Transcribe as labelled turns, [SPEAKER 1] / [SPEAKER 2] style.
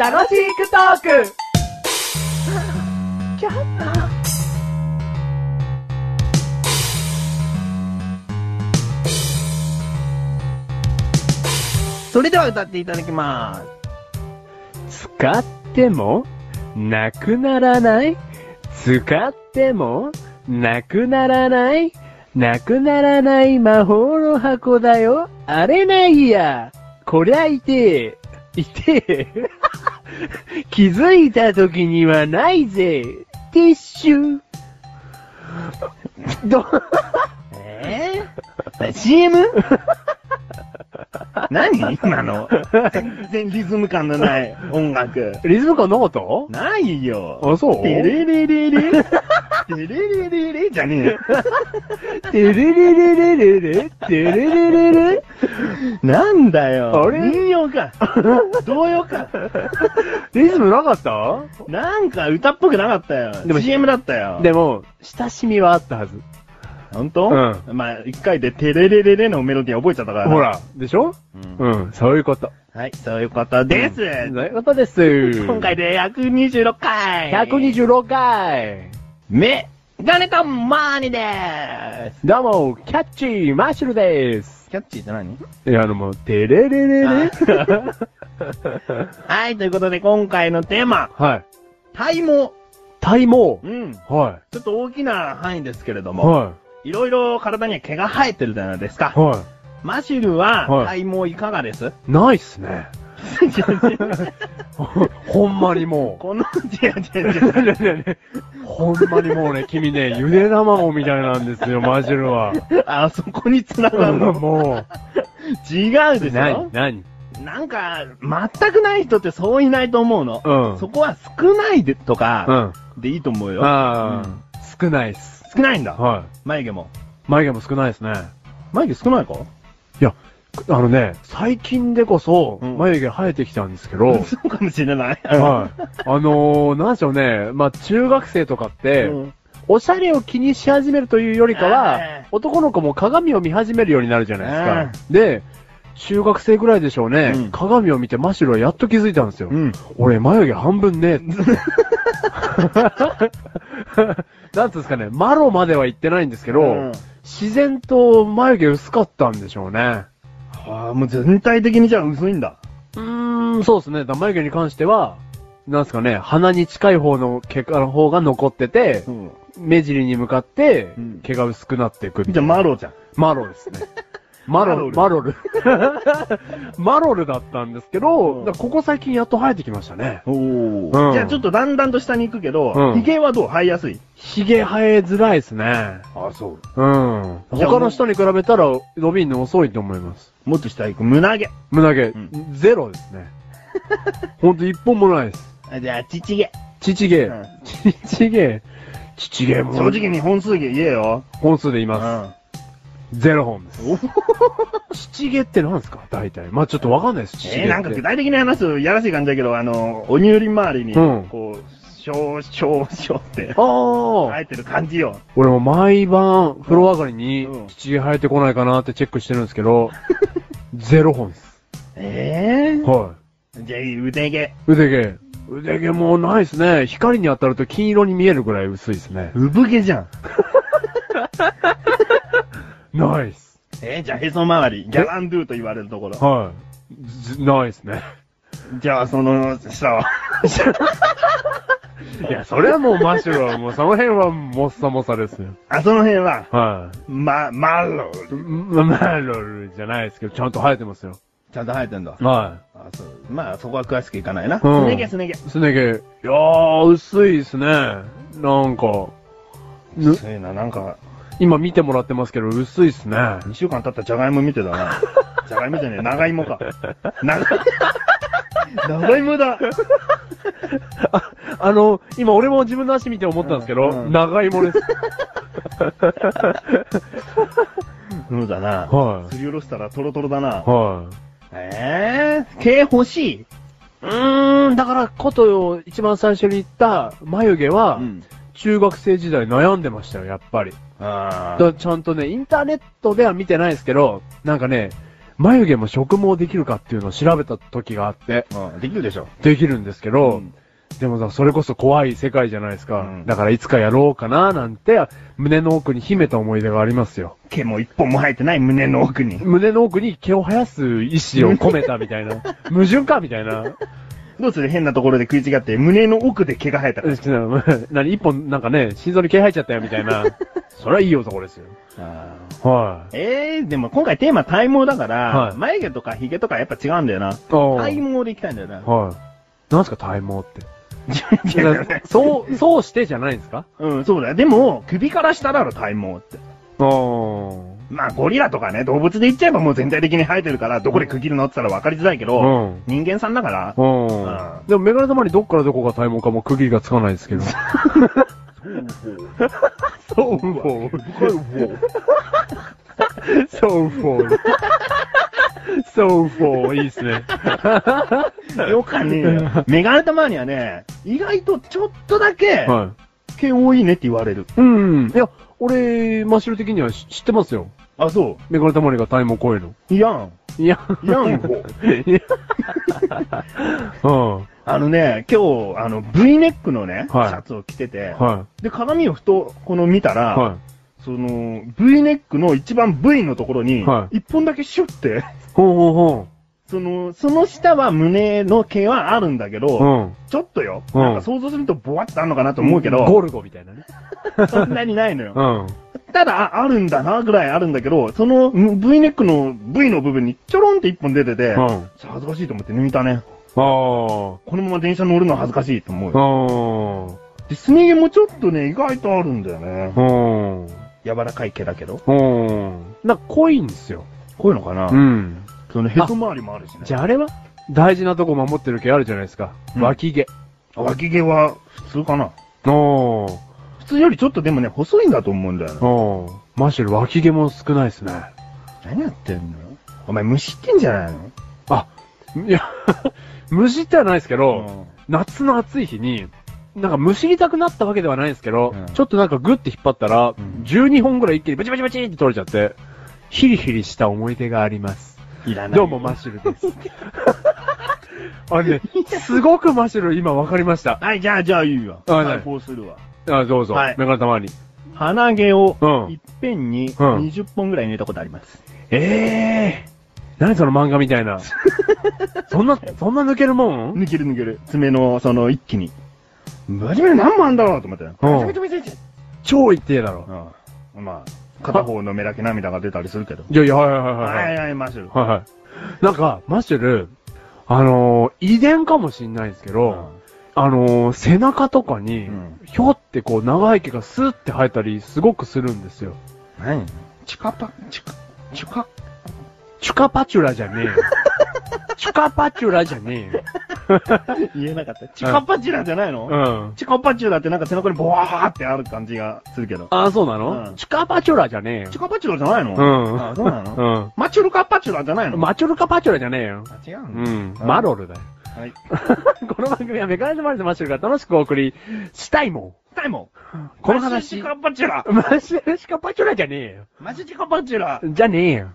[SPEAKER 1] 楽しくトーク
[SPEAKER 2] それでは歌っていただきます。使っても、なくならない。使っても、なくならない。なくならない魔法の箱だよ。あれないや。こりゃ痛え。痛え。 気づいた時にはないぜ。ティッシュ。ど、
[SPEAKER 1] えぇ、?CM? 何今の。全然リズム感のない音楽。
[SPEAKER 2] リズム感なかった
[SPEAKER 1] ないよ。
[SPEAKER 2] あ、そう
[SPEAKER 1] テレレレレ。テレレレレじゃねえよ。
[SPEAKER 2] てれれれれれれ、てれれれれ。
[SPEAKER 1] なんだよ。
[SPEAKER 2] あれ
[SPEAKER 1] 民謡 か。童謡か。
[SPEAKER 2] リズムなかった
[SPEAKER 1] なんか歌っぽくなかったよ。
[SPEAKER 2] でも
[SPEAKER 1] CM だったよ。
[SPEAKER 2] でも、親しみはあったはず。
[SPEAKER 1] 本当
[SPEAKER 2] う
[SPEAKER 1] まあ、一回でテレレレレのメロディー覚えちゃったから。
[SPEAKER 2] ほ。ら、でしょ
[SPEAKER 1] う
[SPEAKER 2] う
[SPEAKER 1] ん
[SPEAKER 2] ん、そういうこと。
[SPEAKER 1] はい、そういうことです。
[SPEAKER 2] うんそういうことです。
[SPEAKER 1] 今回で126回。
[SPEAKER 2] 126回。
[SPEAKER 1] 目、ガネとマーニでーす。
[SPEAKER 2] どうも、キャッチーマッシュルです。
[SPEAKER 1] キャッチーって何
[SPEAKER 2] いや、あのもう、てれれれれ。
[SPEAKER 1] はい、ということで今回のテーマ、
[SPEAKER 2] はい。
[SPEAKER 1] 体毛。
[SPEAKER 2] 体毛。
[SPEAKER 1] うん。ち
[SPEAKER 2] は
[SPEAKER 1] ょっと大きな範囲ですけれど
[SPEAKER 2] い。
[SPEAKER 1] も、
[SPEAKER 2] はい
[SPEAKER 1] ろいろ体には毛が生えてるじゃないですか
[SPEAKER 2] い。。は
[SPEAKER 1] マシルは
[SPEAKER 2] は
[SPEAKER 1] 体毛いかが です、
[SPEAKER 2] い。ないっすね。ほんまにもう。
[SPEAKER 1] この、違う違う違う。
[SPEAKER 2] ねねね ほんまにもうね、君ね、ゆで卵みたいなんですよ、マジルは。
[SPEAKER 1] あそこに繋がるの。
[SPEAKER 2] も
[SPEAKER 1] 違う
[SPEAKER 2] う。
[SPEAKER 1] でしょ
[SPEAKER 2] 何
[SPEAKER 1] なんか、全くない人ってそういないと思うの。
[SPEAKER 2] うん。
[SPEAKER 1] そこは少ないでと
[SPEAKER 2] う
[SPEAKER 1] か、
[SPEAKER 2] ん。
[SPEAKER 1] でいいと思うよ。
[SPEAKER 2] あ
[SPEAKER 1] うん
[SPEAKER 2] あ、少ないっす。
[SPEAKER 1] 少ないんだ。
[SPEAKER 2] はい。
[SPEAKER 1] 眉毛も。
[SPEAKER 2] 眉毛も少ないですね。
[SPEAKER 1] 眉毛少ないか
[SPEAKER 2] あのね、最近でこそ、
[SPEAKER 1] うん
[SPEAKER 2] 眉毛生えてきたんですけ ど、はい。
[SPEAKER 1] そうかもしれない。
[SPEAKER 2] あのー、なんでしょうね、まあ、中学生とかって、
[SPEAKER 1] うん
[SPEAKER 2] おしゃれを気にし始めるというよりか
[SPEAKER 1] あ
[SPEAKER 2] は
[SPEAKER 1] ー、
[SPEAKER 2] 男の子も鏡を見始めるようになるじゃないですか。で、中学生ぐらいでしょうね、
[SPEAKER 1] うん
[SPEAKER 2] 鏡を見て真っ白はやっと気づいたんですよ。
[SPEAKER 1] うん。
[SPEAKER 2] 俺、眉毛半分 ねえ。なんつうんですかね、マロまでは言ってないんですけど、
[SPEAKER 1] うん
[SPEAKER 2] 自然と眉毛薄かったんでしょうね。
[SPEAKER 1] ああ、もう全体的にじゃあ薄いんだ。
[SPEAKER 2] うーん、そうですね。だ眉毛に関しては、なんですかね、鼻に近い方の毛の方が残ってて、
[SPEAKER 1] うん。
[SPEAKER 2] 目尻に向かって
[SPEAKER 1] うん、
[SPEAKER 2] 毛が薄くなっていくみ
[SPEAKER 1] じ
[SPEAKER 2] た
[SPEAKER 1] ゃあ
[SPEAKER 2] いな。
[SPEAKER 1] マロじゃん。
[SPEAKER 2] マロですね。マロ、マ
[SPEAKER 1] マ
[SPEAKER 2] ロル。マロル だったんですけど、
[SPEAKER 1] うん
[SPEAKER 2] だからここ最近やっと生えてきましたね。
[SPEAKER 1] お
[SPEAKER 2] うん
[SPEAKER 1] じゃあちょっとだんだんと下に行くけど、
[SPEAKER 2] うん
[SPEAKER 1] ヒゲはどう生えやすい
[SPEAKER 2] 髭生えづらいですね。
[SPEAKER 1] あそう。
[SPEAKER 2] うん。
[SPEAKER 1] じゃあ
[SPEAKER 2] 他の人に比べたら伸びるの遅いと思います。
[SPEAKER 1] もっと下行く。胸毛。
[SPEAKER 2] 胸毛、
[SPEAKER 1] ん
[SPEAKER 2] ゼロですね。ほんと一本もないです。
[SPEAKER 1] あじゃあ、乳毛。
[SPEAKER 2] 父毛
[SPEAKER 1] うん、
[SPEAKER 2] 父毛、父毛も
[SPEAKER 1] 正直に本数毛言えよ。
[SPEAKER 2] 本数で言いうま
[SPEAKER 1] ん。
[SPEAKER 2] す。ゼロ本です。父毛って何ですか大体。まあちょっとわかんないです。父毛っ
[SPEAKER 1] え
[SPEAKER 2] て。
[SPEAKER 1] ー、なんか具体的に話すと、やらしい感じだけど、あの、お乳輪周りに、
[SPEAKER 2] うん
[SPEAKER 1] こう、しょうしょうしょうって、
[SPEAKER 2] あ
[SPEAKER 1] 生
[SPEAKER 2] あ、
[SPEAKER 1] えてる感じよ。
[SPEAKER 2] 俺も毎晩風呂上がりに
[SPEAKER 1] うん
[SPEAKER 2] 父毛生えてこないかなってチェックしてるんですけ ど、ゼロ本です。
[SPEAKER 1] え
[SPEAKER 2] はい。
[SPEAKER 1] えじゃあ、腕毛。
[SPEAKER 2] 腕毛。腕毛もうないですね。光に当たると金色に見えるぐらい薄いですね。
[SPEAKER 1] 産毛じゃん。
[SPEAKER 2] ないっす。
[SPEAKER 1] えー、じゃあ、へそ周り。ギャランドゥと言われるところ。
[SPEAKER 2] はい。ずないっす ね。
[SPEAKER 1] じゃあ、その、下 は。
[SPEAKER 2] いや、それはもうマシュは、もうその辺はもっさもさですよ。
[SPEAKER 1] あ、その辺は、
[SPEAKER 2] は
[SPEAKER 1] ま、マロ
[SPEAKER 2] い。ま、マロルじゃないですけど、ちゃんと生えてますよ。
[SPEAKER 1] ちゃんと生えてんだ。
[SPEAKER 2] は
[SPEAKER 1] あ、そう。まあ、そこは詳しくいかないな。す
[SPEAKER 2] うん
[SPEAKER 1] ね毛、すね毛。
[SPEAKER 2] い。すね毛。いやー、薄いですね。なんか、ぬ
[SPEAKER 1] そういうな、なんか、
[SPEAKER 2] 今見てもらってますけど、薄いですね。
[SPEAKER 1] 2週間経ったじゃがいも見てた な。じゃがいもじゃねえ、長芋か。長、長芋だ。
[SPEAKER 2] あ、あの、今俺も自分の足見て思ったんですけど、
[SPEAKER 1] うんうん
[SPEAKER 2] 長芋です。
[SPEAKER 1] そうだな。
[SPEAKER 2] は
[SPEAKER 1] すりおろしたらトロトロだ
[SPEAKER 2] い。
[SPEAKER 1] な。
[SPEAKER 2] はい。
[SPEAKER 1] ええー、毛欲しいう
[SPEAKER 2] ーん、だから、ことを一番最初に言った眉毛は、
[SPEAKER 1] ん。
[SPEAKER 2] 中学生時代悩んでましたよ、やっぱり。
[SPEAKER 1] あ
[SPEAKER 2] だちゃんとね、インターネットでは見てないですけど、なんかね、眉毛も植毛できるかっていうのを調べた時があって、
[SPEAKER 1] うん、できるでしょ。
[SPEAKER 2] できるんですけど、
[SPEAKER 1] うん
[SPEAKER 2] でもさ、それこそ怖い世界じゃないですか。
[SPEAKER 1] うん
[SPEAKER 2] だからいつかやろうかななんて、胸の奥に秘めた思い出がありますよ。
[SPEAKER 1] 毛も一本も生えてない胸の奥に。
[SPEAKER 2] 胸の奥に毛を生やす意志を込めたみた いな。矛盾かみたいな。
[SPEAKER 1] どうする変なところで食い違って、胸の奥で毛が生えたら。
[SPEAKER 2] 何一本なんかね、心臓に毛生えちゃったよみたい な。それはいい男ですよ。
[SPEAKER 1] あー
[SPEAKER 2] はい。
[SPEAKER 1] えー、でも今回テーマ体毛だから、
[SPEAKER 2] はい
[SPEAKER 1] 眉毛とか髭とかやっぱ違うんだよな。体
[SPEAKER 2] 体
[SPEAKER 1] 毛でいきたいんだよな。
[SPEAKER 2] はい。なんすか体毛って。
[SPEAKER 1] 違う違う
[SPEAKER 2] そう、そうしてじゃないんですか
[SPEAKER 1] うん、そうだよ。でも、首から下だろ、体毛って。
[SPEAKER 2] あー。
[SPEAKER 1] まあ、ゴリラとかね、動物で言っちゃえばもう全体的に生えてるから、どこで区切るのって言ったら分かりづらいけど、
[SPEAKER 2] うん
[SPEAKER 1] 人間さんだから、
[SPEAKER 2] うん。でも、メガネ玉にどっからどこが体毛かもう区切りがつかないですけど。そうフォー。そうフォー。そうフォー。いいっすね。
[SPEAKER 1] よかねえよ。メガネたまにはね、意外とちょっとだけ、
[SPEAKER 2] は
[SPEAKER 1] 毛多いねって言われる。
[SPEAKER 2] い。うん。いや、俺、マシュル的には知知ってますよ。
[SPEAKER 1] あ、そ
[SPEAKER 2] メガネ玉にが体毛濃いの。
[SPEAKER 1] う。いやん。
[SPEAKER 2] いや。
[SPEAKER 1] いや んこ。
[SPEAKER 2] いや。うん。
[SPEAKER 1] あのね、今日、あの、V ネックのね、
[SPEAKER 2] はい
[SPEAKER 1] シャツを着てて、
[SPEAKER 2] は
[SPEAKER 1] で、鏡をふと、この見た
[SPEAKER 2] い。
[SPEAKER 1] ら、
[SPEAKER 2] は
[SPEAKER 1] その、V ネックの一番 V のところに、
[SPEAKER 2] は
[SPEAKER 1] 一本だけシュって、
[SPEAKER 2] い。ほうほうほ
[SPEAKER 1] その、その下は胸の毛はあるんだけど、
[SPEAKER 2] う。うん。
[SPEAKER 1] ちょっとよ、
[SPEAKER 2] うん
[SPEAKER 1] なんか想像するとボワッとあるのかなと思うけど、
[SPEAKER 2] ゴルゴみたいなね。
[SPEAKER 1] そんなにないのよ。
[SPEAKER 2] うん。
[SPEAKER 1] ただ、ああるんだな、ぐらいあるんだけど、そのん V ネックの V の部分にちょろんって一本出てて、
[SPEAKER 2] うん。
[SPEAKER 1] 恥ずかしいと思って抜いたね。
[SPEAKER 2] ああ。
[SPEAKER 1] このまま電車乗るのは恥ずかしいと思うよ。
[SPEAKER 2] うん。
[SPEAKER 1] で、すね毛もちょっとね、意外とあるんだよね。
[SPEAKER 2] うん。
[SPEAKER 1] 柔らかい毛だけど。
[SPEAKER 2] うん。なんか濃いんですよ。
[SPEAKER 1] こういうのかな、
[SPEAKER 2] ん。
[SPEAKER 1] そのへそ周りもあるしね。
[SPEAKER 2] じゃああれは大事なとこ守ってる毛あるじゃないですか。
[SPEAKER 1] うん
[SPEAKER 2] 脇毛。
[SPEAKER 1] あ脇毛は普通かな
[SPEAKER 2] おー。
[SPEAKER 1] 普通よりちょっとでもね、細いんだと思うんだよね。
[SPEAKER 2] おー。マッシュル脇毛も少ないですね。
[SPEAKER 1] 何やってんのお前虫ってんじゃないの
[SPEAKER 2] いや、虫ってはないですけど、夏の暑い日に、なんか虫りたくなったわけではないんですけど、
[SPEAKER 1] うん
[SPEAKER 2] ちょっとなんかグッて引っ張ったら、
[SPEAKER 1] ん
[SPEAKER 2] 12本ぐらい一気にバチバチバチって取れちゃって、ヒリヒリした思い出があります。
[SPEAKER 1] いらない。
[SPEAKER 2] どうも、マッシュルです。 あれね、すごくマッシュル今わかりました。
[SPEAKER 1] はい、じゃあ、じゃあいいわ。
[SPEAKER 2] はい
[SPEAKER 1] はい、こうするわ。
[SPEAKER 2] あ、どうぞ。
[SPEAKER 1] はい
[SPEAKER 2] メガネたまに。
[SPEAKER 1] 鼻毛を
[SPEAKER 2] うん
[SPEAKER 1] いっぺんに
[SPEAKER 2] うん
[SPEAKER 1] 20本ぐらい入れたことあります。
[SPEAKER 2] ええー。何その漫画みたいな。 そんな、そんな抜けるもん
[SPEAKER 1] 抜ける抜ける。爪の、その、一気に。真面目に何もあんだろうと思って。めちゃめちゃめちゃ
[SPEAKER 2] 超痛えだろ。
[SPEAKER 1] うん。まあ、片方の目だけ涙が出たりするけど。
[SPEAKER 2] いやいや、はいはいはい
[SPEAKER 1] は
[SPEAKER 2] はいい。
[SPEAKER 1] はい、マッシュル。
[SPEAKER 2] はいはい。なんか、マッシュル、あのー、遺伝かもしんないんですけど、あのー、背中とかに、
[SPEAKER 1] うん
[SPEAKER 2] ひょってこう長い毛がスーって生えたりすごくするんですよ。
[SPEAKER 1] 何チカパ、チカ、チカ、
[SPEAKER 2] チュカパチュラじゃ ねえよ。チュカパチュラじゃねえよ。
[SPEAKER 1] 言えなかった。チカパチラじゃないの
[SPEAKER 2] うん。
[SPEAKER 1] チカパチュラってなんか背中にボワーってある感じがするけど。
[SPEAKER 2] ああ、そうなの、
[SPEAKER 1] うん
[SPEAKER 2] チュカパチュラじゃねえよ
[SPEAKER 1] チ。カパチュラじゃないの
[SPEAKER 2] うん
[SPEAKER 1] あ、そうなの
[SPEAKER 2] う
[SPEAKER 1] マチュルカパチュラじゃないの
[SPEAKER 2] ん。マチュルカパチュラじゃねえよ。
[SPEAKER 1] あ違う
[SPEAKER 2] う
[SPEAKER 1] の
[SPEAKER 2] ん。マロルだよ。
[SPEAKER 1] はい。
[SPEAKER 2] この番組はメガネズマルでマッシュルが楽しくお送りしたいも
[SPEAKER 1] タイも
[SPEAKER 2] ん。この話。
[SPEAKER 1] マシュチカパチュラ
[SPEAKER 2] マッシュルしかパチュラじゃねえよ。
[SPEAKER 1] マシュチカパチュラ
[SPEAKER 2] じゃねえよ。